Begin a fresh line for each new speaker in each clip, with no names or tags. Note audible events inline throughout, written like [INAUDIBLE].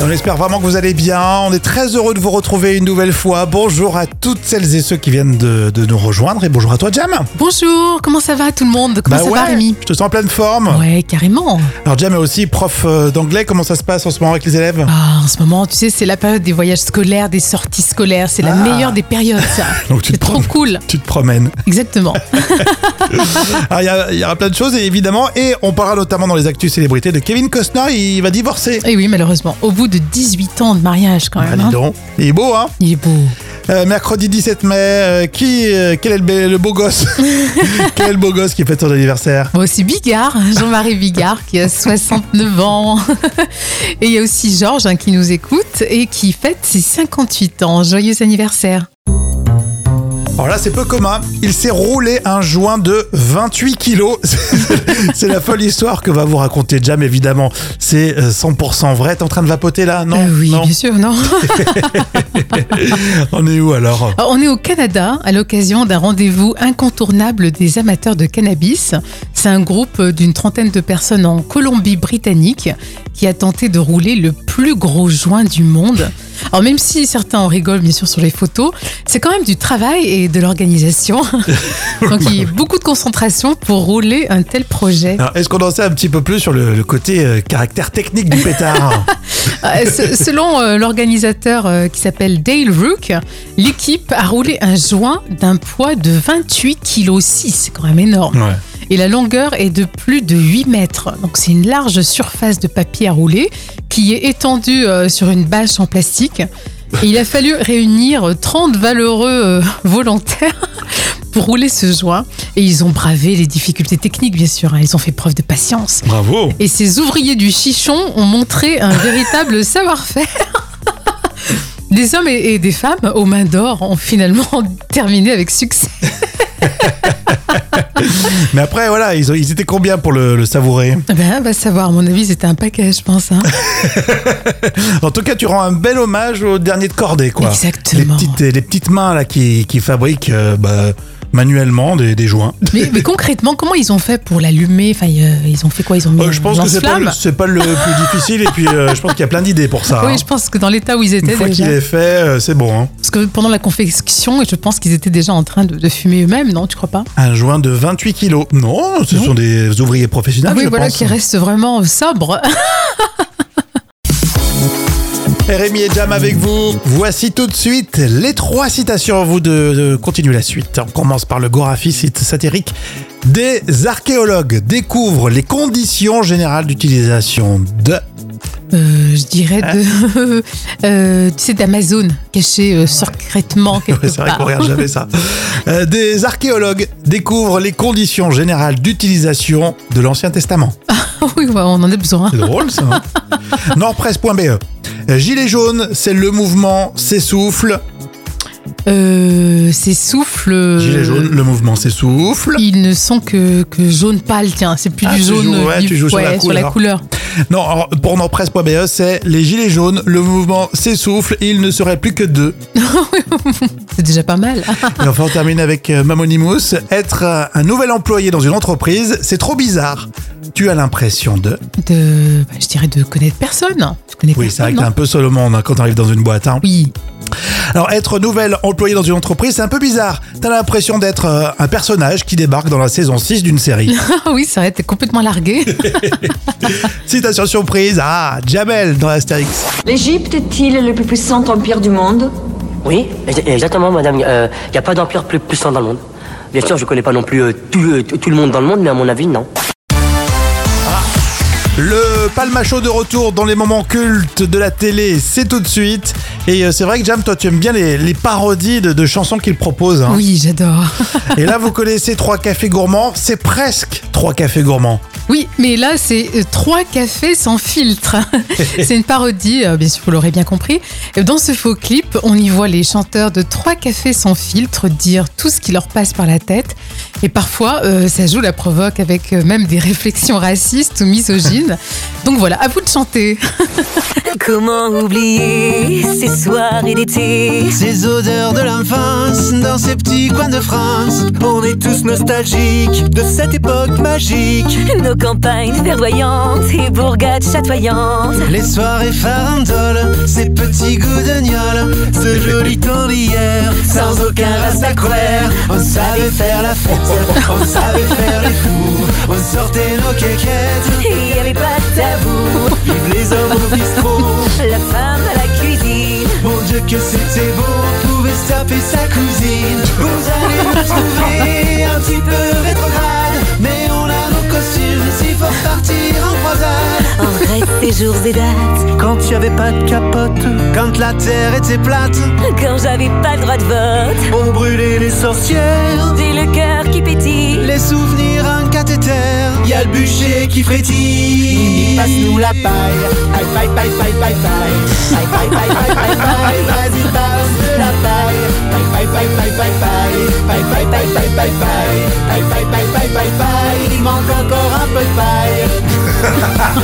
On espère vraiment que vous allez bien. On est très heureux de vous retrouver une nouvelle fois. Bonjour à toutes celles et ceux qui viennent de, de nous rejoindre et bonjour à toi Jam.
Bonjour, comment ça va tout le monde Comment
Bah
ça
ouais,
va Rémi
Je te sens en pleine forme.
Ouais, carrément.
Alors Jam est aussi prof euh, d'anglais. Comment ça se passe en ce moment avec les élèves
Ah, en ce moment, tu sais, c'est la période des voyages scolaires, des sorties scolaires. C'est la
Ah.
meilleure des périodes, ça.
[LAUGHS] Donc tu te
c'est trop
promènes.
cool.
Tu te promènes.
Exactement.
Alors, il y a- il y, aura plein de choses et évidemment. Et on parlera notamment dans les actus célébrités de Kevin Costner. Il va divorcer.
Et Eh oui, malheureusement, au bout de 18 ans de mariage, quand
Ah,
même.
dis
hein.
donc. Il est beau, hein
Il est beau.
Euh, mercredi 17 mai, euh, qui, euh, quel est le, be- le beau
[LAUGHS]
gosse Quel est le beau gosse qui fête son anniversaire
Bon, c'est Bigard, hein, Jean-Marie Bigard, qui a 69 ans. [LAUGHS] Et il y a aussi Georges hein, qui nous écoute et qui fête ses 58 ans. Joyeux anniversaire.
Alors là, c'est peu commun. Il s'est roulé un joint de 28 kilos. [LAUGHS] c'est la folle histoire que va vous raconter Jam, évidemment. C'est euh, 100% vrai. T'es en train de vapoter là Non
Euh, oui,
Non.
bien sûr, non
On est où alors
Alors, Euh, On est au Canada à l'occasion d'un rendez-vous incontournable des amateurs de cannabis. C'est un groupe d'une trentaine de personnes en Colombie-Britannique qui a tenté de rouler le plus gros joint du monde. Alors même si certains en rigolent bien sûr sur les photos, c'est quand même du travail et de l'organisation. Donc il y a beaucoup de concentration pour rouler un tel projet.
Alors, Est-ce qu'on en sait un petit peu plus sur le, le côté euh, caractère technique du
[LAUGHS]
pétard
Euh, se- Selon euh, l'organisateur euh, qui s'appelle Dale Rook, l'équipe a roulé un joint d'un poids de 28 kg c'est quand même énorme.
Ouais.
et la longueur est de plus de 8 mètres. Donc c'est une large surface de papier à rouler qui est étendue euh, sur une bâche en plastique. Et il a fallu réunir 30 valeureux euh, [LAUGHS] volontaires [LAUGHS] pour rouler ce joint. Et ils ont bravé les difficultés techniques, bien sûr. hein. Ils ont fait preuve de patience.
Bravo
Et ces ouvriers du chichon ont montré [LAUGHS] un véritable savoir-faire. [LAUGHS] Des hommes et et des femmes aux mains d'or ont finalement [LAUGHS] terminé avec succès.
Mais après, voilà, ils, ont- ils étaient combien pour le, le savourer
Ben, va savoir, à mon avis, c'était un paquet, je pense. hein.
En tout cas, tu rends un bel hommage au dernier de cordée, quoi. Les
Exactement.
petites, les petites mains là qui, qui fabriquent euh, bah, manuellement des, des joints.
Mais, mais concrètement, comment ils ont fait pour l'allumer enfin, euh, Ils ont fait quoi Ils ont mis
Euh, je pense que c'est pas, le-
flamme
c'est pas
[LAUGHS]
le plus difficile et puis euh, je pense qu'il y a plein d'idées pour ça. hein.
Oui, je pense que dans l'état où ils étaient
Une fois
déjà.
qu'il est fait, euh, c'est bon. hein.
Parce que pendant la confection, je pense qu'ils étaient déjà en train de, de fumer eux-mêmes, non Tu crois pas
Un joint de 28 kilos. Non, ce
Non.
sont des ouvriers professionnels,
Ah oui,
je
voilà,
pense.
qui restent vraiment sobres. [LAUGHS]
Rémi et Jam avec vous. Voici tout de suite les trois citations à vous de, de continuer la suite. On commence par le Gorafi, site satirique. Des archéologues découvrent les conditions générales d'utilisation de...
Euh, je dirais de. [LAUGHS] euh, tu sais, d'Amazon, caché euh, secrètement quelque
Ouais, c'est vrai
part.
qu'on regarde jamais ça. Euh, des archéologues découvrent les conditions générales d'utilisation de l'Ancien Testament.
Ah [LAUGHS] oui, ouais, on en a besoin.
C'est drôle ça. hein
[LAUGHS]
Nordpresse.be. Euh, Gilet jaune, c'est le mouvement s'essouffle.
Euh, ces souffles. euh,
Gilet jaune, le mouvement s'essouffle.
Ils ne sont que, que jaune pâle, tiens, c'est plus
Ah,
du
tu
jaune.
joues- ouais,
vif,
tu joues sur la
ouais,
couleur.
couleur.
Non, alors, pour Nordpresse.be, E, c'est les gilets jaunes, le mouvement s'essouffle, il ne serait plus que deux.
C'est déjà pas mal.
Et enfin, on termine avec euh, Mamonimous. Être euh, un nouvel employé dans une entreprise, c'est trop bizarre. Tu as l'impression de...
De, bah, je dirais de connaître personne. Je connais
Oui, c'est
personne.
vrai que t'es
non
un peu seul au monde hein, quand t'arrives dans une boîte. hein.
oui, [LAUGHS]
Alors, être nouvel employé dans une entreprise, c'est un peu bizarre. T'as l'impression d'être euh, un personnage qui débarque dans la saison 6 d'une série.
[LAUGHS] ah oui, ça aurait été complètement largué.
Citation surprise, ah, Jamel dans Astérix.
L'Égypte est-il le plus puissant empire du monde
Oui, ex- exactement, madame. Il n'y a pas d'empire plus puissant dans le monde. Bien sûr, je connais pas non plus euh, tout, euh, tout tout le monde dans le monde, mais à mon avis, non.
Le palmachot de retour dans les moments cultes de la télé, c'est tout de suite. Et euh, c'est vrai que Jam, toi, tu aimes bien les, les parodies de, de chansons qu'il propose. hein.
Oui, j'adore.
Et là, vous connaissez Trois Cafés Gourmands, c'est presque Trois Cafés Gourmands.
Oui, mais là, c'est euh, trois cafés sans filtre. [LAUGHS] c'est une parodie, euh, bien sûr, vous l'aurez bien compris. Et Dans ce faux clip, on y voit les chanteurs de trois cafés sans filtre dire tout ce qui leur passe par la tête. Et parfois, euh, ça joue la provoque avec euh, même des réflexions racistes ou misogynes. Donc voilà, à vous de chanter.
Comment oublier ces soirées d'été
Ces odeurs de l'enfance dans ces petits coins de France.
On est tous nostalgiques de cette époque magique.
Nos campagnes verdoyantes et bourgades chatoyantes.
Les soirées farandoles, ces petits goûts de gnôle. Ce joli temps d'hier, sans aucun rassacroère. On savait faire la fête, on savait faire les fous. On sortait nos quéquettes,
Il n'y avait pas de tabou.
vive les hommes au bistrot.
La femme à la cuisine.
Mon Dieu que c'était beau, on pouvait se taper sa cousine. Vous allez nous trouver un petit peu rétrograde, mais on a nos costumes s'il faut partir en croisade.
En reste des jours et dates.
Quand il y avait pas de capote, quand la terre était plate,
Quand j'avais pas le droit de vote.
on brûlait les sorcières,
J'ai le cœur qui pétille.
les souvenirs en cathéter. Y a le bûcher qui frétille. Passe-nous la paille, aïe paille paille paille paille paille, aïe paille paille paille paille paille, vas-y passe de la paille, paille paille paille paille paille paille, paille paille paille paille paille paille, paille paille paille paille paille paille, il manque encore un peu de paille.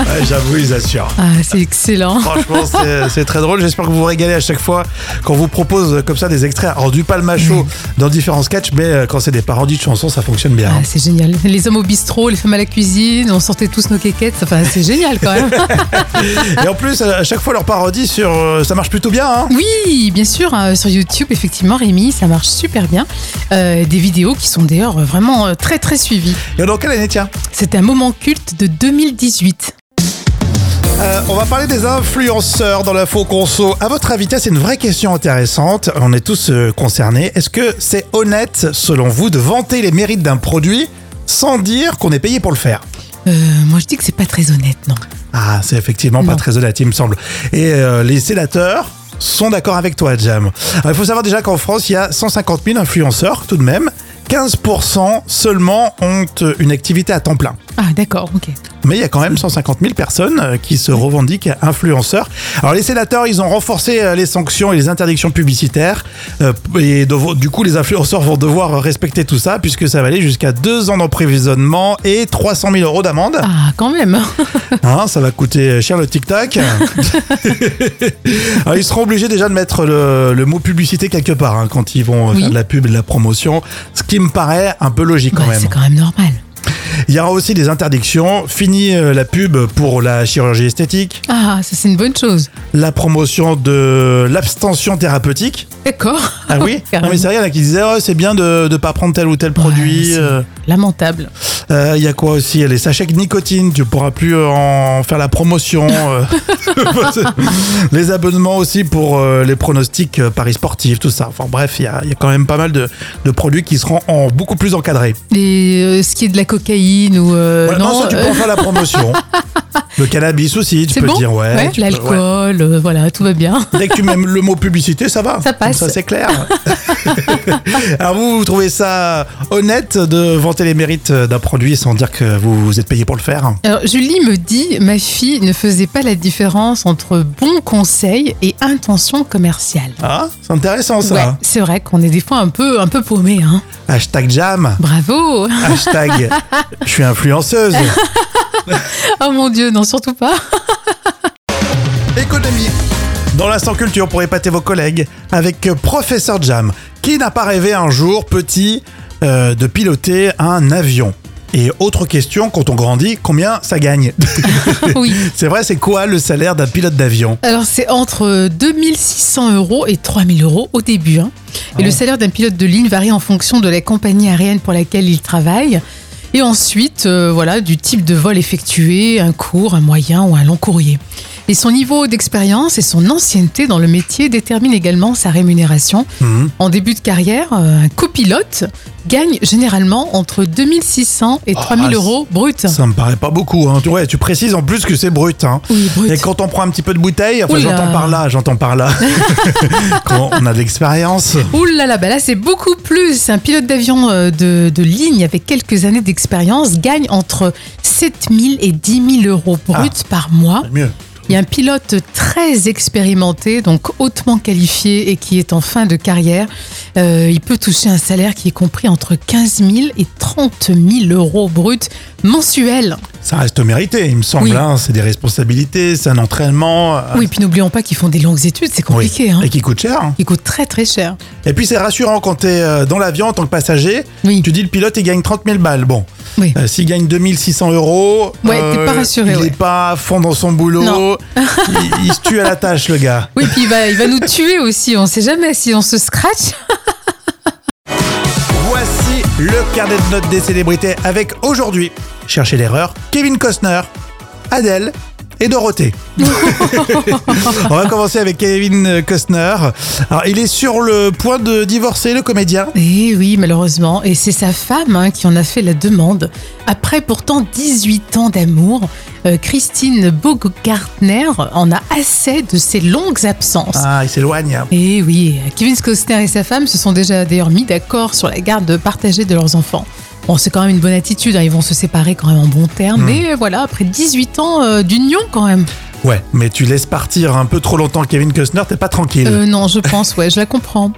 Ouais, J'avoue, ils assurent.
Ah, c'est excellent.
Franchement, c'est- c'est très drôle. J'espère que vous vous régalez à chaque fois qu'on vous propose euh, comme ça des extraits. Alors, du palmacho dans différents sketchs, mais euh, quand c'est des parodies de chansons, ça fonctionne bien.
Ah,
hein.
c'est génial. Les hommes au bistrot, les femmes à la cuisine, on sortait tous nos quéquettes. Enfin, c'est génial quand même. [LAUGHS]
Et en plus, euh, à chaque fois, leur parodie sur. euh, ça marche plutôt bien, hein
Oui, bien sûr, hein, sur YouTube, effectivement, Rémi, ça marche super bien. Euh, des vidéos qui sont d'ailleurs vraiment euh, très très suivies.
Et dans quelle année, tiens
C'est un moment culte de 2018.
Euh, on va parler des influenceurs dans la faux conso. À votre avis, tiens, c'est une vraie question intéressante. On est tous euh, concernés. Est-ce que c'est honnête, selon vous, de vanter les mérites d'un produit sans dire qu'on est payé pour le faire
Euh, moi, je dis que c'est pas très honnête, non.
Ah, c'est effectivement pas
Non.
très honnête, il me semble. Et euh, les sénateurs sont d'accord avec toi, Jam. Alors, il faut savoir déjà qu'en France, il y a 150 000 influenceurs tout de même. 15% seulement ont euh, une activité à temps plein.
Ah, d'accord, ok.
Mais il y a quand même 150 000 personnes euh, qui se revendiquent influenceurs. Alors les sénateurs, ils ont renforcé euh, les sanctions et les interdictions publicitaires. Euh, Et devo- du coup, les influenceurs vont devoir respecter tout ça, puisque ça va aller jusqu'à deux ans d'emprisonnement et 300 000 euros d'amende.
Ah, quand même.
Hein, ça va coûter cher le
[LAUGHS]
tic-tac. Alors, ils seront obligés déjà de mettre le, le mot publicité quelque part hein, quand ils vont
Oui.
faire de la pub et de la promotion, ce qui me paraît un peu logique
[LAUGHS]
quand
Ouais,
même.
Bah, c'est quand même normal.
Il y aura aussi des interdictions. Fini euh, la pub pour la chirurgie esthétique,
Ah, ça, c'est une bonne chose.
la promotion de l'abstention thérapeutique.
D'accord.
Ah oui Non
[LAUGHS] Carrément.
mais c'est rien, là qui disaient oh, c'est bien de ne pas prendre tel ou tel produit.
c'est-
Euh,
Lamentable.
euh, Il y a quoi aussi Les sachets de nicotine, tu pourras plus euh, en faire la promotion. euh. [LAUGHS] les abonnements aussi pour euh, les pronostics euh, paris sportifs, tout ça. Enfin bref, il y a, il y a quand même pas mal de, de produits qui seront en, beaucoup plus encadrés.
Et euh, ce qui est de la cocaïne ou. euh,
Voilà, non, ça, tu
euh,
peux en faire
[LAUGHS]
la promotion. le cannabis aussi, tu
c'est
peux
bon.
dire ouais. tu peux- ouais.
L'alcool, euh, voilà, tout va bien.
Dès que tu mets le mot publicité, ça va.
Ça passe.
Comme ça, c'est clair. [LAUGHS] Alors, vous, vous trouvez ça honnête de vanter les mérites euh, d'un produit sans dire que vous, vous êtes payé pour le faire
[LAUGHS] Alors, Julie me dit, ma fille ne faisait pas la différence entre bon conseil et intention commerciale.
Ah, c'est intéressant ça.
Ouais, c'est vrai qu'on est des fois un peu, un peu paumé. Hein.
Hashtag jam,
Bravo [LAUGHS]
hashtag je suis influenceuse.
Oh mon dieu, non, surtout [LAUGHS] pas
Économie. Dans l'instant culture pour épater vos collègues avec Professeur Jam. Qui n'a pas rêvé un jour, petit, euh, de piloter un avion Et autre question, quand on grandit, combien ça gagne [LAUGHS]
Oui.
C'est vrai, c'est quoi le salaire d'un pilote d'avion
Alors, c'est entre euh, 2600 euros et 3000 euros au début. hein. Et
Ah
le salaire d'un pilote de ligne varie en fonction de la compagnie aérienne pour laquelle il travaille. Et ensuite, euh, voilà, du type de vol effectué, un court, un moyen ou un long courrier. Et son niveau d'expérience et son ancienneté dans le métier déterminent également sa rémunération.
Mhm.
En début de carrière, euh, un copilote gagne généralement entre 2600 et 3000
ah,
euros brut.
Ça me paraît pas beaucoup. Hein. Tu- Ouais, tu précises en plus que c'est brut. Hein.
Oui,
Et
brut.
quand on prend un petit peu de bouteille, enfin,
Oula.
j'entends par là, j'entends par
[LAUGHS]
là. quand on a de l'expérience.
Ouh là là, bah là c'est beaucoup plus. Un pilote d'avion euh, de, de ligne avec quelques années
Ah.
d'expérience gagne entre 7 000 et 10 000 euros bruts par mois.
Mieux.
Il y a un pilote très expérimenté, donc hautement qualifié et qui est en fin de carrière. Euh, il peut toucher un salaire qui est compris entre 15 000 et 30 000 euros bruts mensuels.
Ça reste mérité, il me semble.
Oui.
hein. C'est des responsabilités, c'est un entraînement. euh,
Oui, puis n'oublions pas qu'ils font des longues études, c'est
oui.
compliqué. Hein.
Et qui coûte cher. hein.
Ils coûtent très très cher.
Et puis c'est rassurant quand t'es euh, dans l'avion en tant que passager.
Oui.
Tu dis le pilote, il gagne 30 000 balles. Bon,
Oui.
euh, s'il gagne 2600 euros, euh,
Ouais, t'es pas rassuré,
il
ouais.
est pas à fond dans son boulot.
Non.
il, il se tue à la tâche, le gars.
Oui, puis il va, il va nous tuer aussi, on sait jamais si on se scratch.
Voici le carnet de notes des célébrités avec aujourd'hui, cherchez l'erreur, Kevin Costner, Adèle et
[LAUGHS]
Dorothée. On va commencer avec Kevin Costner. Alors, il est sur le point de divorcer, le comédien.
Et Eh oui, malheureusement. Et c'est sa femme hein, qui en a fait la demande. Après pourtant 18 ans d'amour, euh, Christine Bogartner en a assez de ses longues absences.
Ah, il s'éloigne. hein.
Et oui, Kevin Costner et sa femme se sont déjà d'ailleurs mis d'accord sur la garde partagée de leurs enfants. Bon, c'est quand même une bonne attitude, hein, ils vont se séparer quand même en bon terme, mais voilà, après 18 ans euh, d'union quand même.
Ouais, mais tu laisses partir un peu trop longtemps Kevin Costner, t'es pas tranquille.
Euh, non, je pense, ouais, je la comprends.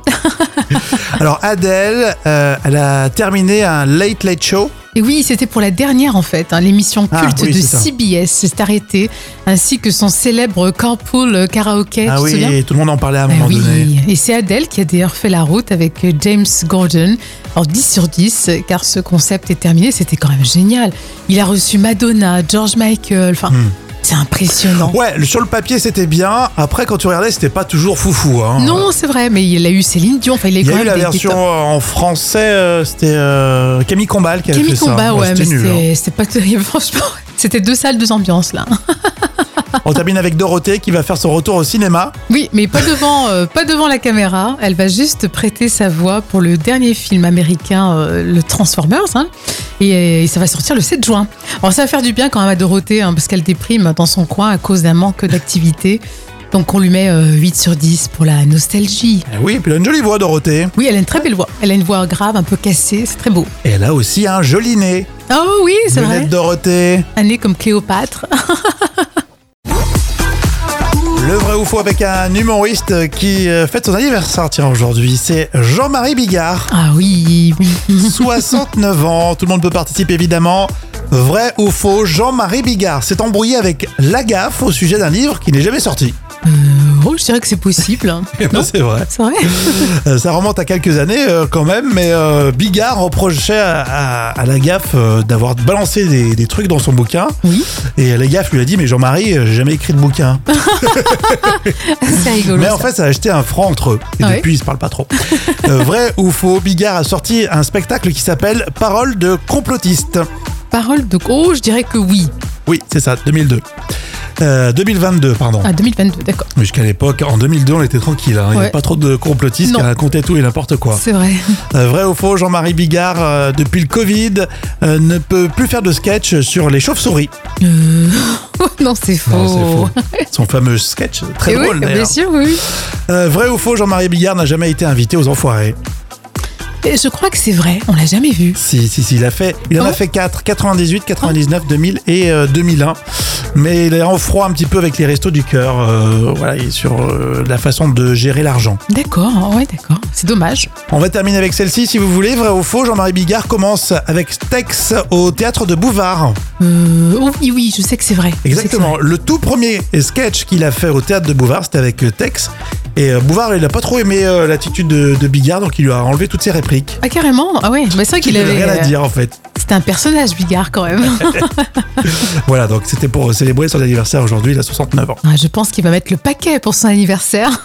[LAUGHS]
Alors, Adèle, euh, elle a terminé un Late Late Show.
Et oui, c'était pour la dernière en fait, hein, l'émission
Ah,
culte
oui,
de
c'est ça.
CBS s'est arrêtée, ainsi que son célèbre carpool karaoké,
ah
tu te souviens
oui, tout le monde en parlait à un
Ah
moment
oui,
donné.
et c'est Adèle qui a d'ailleurs fait la route avec James Gordon en 10 sur 10, car ce concept est terminé, c'était quand même génial. Il a reçu Madonna, George Michael, enfin,
Hmm.
c'est impressionnant.
Ouais, sur le papier, c'était bien. Après, quand tu regardais, c'était pas toujours foufou. Hein.
Non, c'est vrai, mais il a eu Céline Dion, enfin, il a,
Il y
quand
a eu
même
la
des- des
version
tops.
en français, euh, c'était euh, Camille Combal qui avait
Camille
fait ça.
Combat,
Bon,
ouais, mais
c'était nul.
c'est- c'est pas terrible, [LAUGHS] franchement. C'était deux salles, deux ambiances, là.
hein. On termine avec Dorothée qui va faire son retour au cinéma.
Oui, mais pas devant, euh, pas devant la caméra. Elle va juste prêter sa voix pour le dernier film américain, euh, le Transformers. hein. et, euh, ça va sortir le 7 juin. Alors ça va faire du bien quand même à Dorothée, hein, parce qu'elle déprime dans son coin à cause d'un manque d'activité. Donc on lui met euh, 8 sur 10 pour la nostalgie.
Eh oui, puis elle a une jolie voix, Dorothée.
Oui, elle a une très belle voix. Elle a une voix grave, un peu cassée, c'est très beau.
Et elle a aussi un joli nez.
Oh oui, c'est
Lunette
vrai.
Dorothée.
Un nez comme Cléopâtre. [LAUGHS]
Le vrai ou faux avec un humoriste qui euh, fête son anniversaire tiens, aujourd'hui. C'est Jean-Marie Bigard,
[LAUGHS] Ah oui,
[LAUGHS]
oui.
69 ans. Tout le monde peut participer évidemment. Vrai ou faux, Jean-Marie Bigard s'est embrouillé avec Lagaffe au sujet d'un livre qui n'est jamais sorti.
Oh, je dirais que c'est possible. hein.
Eh ben, c'est vrai.
C'est vrai.
Euh, ça remonte à quelques années euh, quand même, mais euh, Bigard reprochait à, à- à la gaffe euh, d'avoir balancé des, des trucs dans son bouquin.
Oui.
Et la gaffe lui a dit Mais Jean-Marie, euh, j'ai jamais écrit de
[LAUGHS]
bouquin.
C'est rigolo.
mais en
ça.
fait, ça a acheté un franc entre eux. Et
Ah ouais
depuis, ils se parlent pas trop. Euh, vrai ou faux, Bigard a sorti un spectacle qui s'appelle Parole de complotiste.
Parole de... Oh, je dirais que oui.
Oui, c'est ça, 2002. Euh, 2022, pardon.
Ah, 2022, d'accord.
Mais Jusqu'à l'époque, en 2002, on était tranquille. hein. Il n'y avait
Ouais.
pas trop de complotistes
Non.
qui racontaient tout et n'importe quoi.
C'est vrai.
Euh, Vrai ou faux, Jean-Marie Bigard, euh, depuis le Covid, euh, ne peut plus faire de sketch sur les chauves-souris.
[LAUGHS] non, c'est faux.
Euh. Non, c'est faux. [LAUGHS] Son fameux sketch, très
Et
drôle
Oh. Eh oui, bien
d'ailleurs.
sûr, oui.
Euh, vrai ou faux, Jean-Marie Bigard n'a jamais été invité aux Enfoirés.
Et je crois que c'est vrai, on l'a jamais vu.
Si, si, si, il, a fait, il en
Ah
a
bon
fait 4, 98, 99, 2000 et euh, 2001. Mais il est en froid un petit peu avec les restos du cœur, euh, voilà, et sur euh, la façon de gérer l'argent.
D'accord, ah ouais, d'accord. C'est dommage.
On va terminer avec celle-ci, si vous voulez. Vrai ou faux, Jean-Marie Bigard commence avec Tex au théâtre de Bouvard.
Euh, oh, oui, oui, je sais que c'est vrai. Je sais que c'est
Exactement.
vrai.
Le tout premier sketch qu'il a fait au théâtre de Bouvard, c'était avec euh, Tex. Et euh, Bouvard, il n'a pas trop aimé euh, l'attitude de, de Bigard, donc il lui a enlevé toutes ses répliques.
Ah, carrément Ah ouais, mais c'est vrai qu'il avait. euh,
rien à dire en fait.
C'était un personnage, Bigard, quand même.
Voilà, donc c'était euh, pour célébrer son anniversaire aujourd'hui, il a 69 ans.
Ah, je pense qu'il va mettre le paquet pour son anniversaire.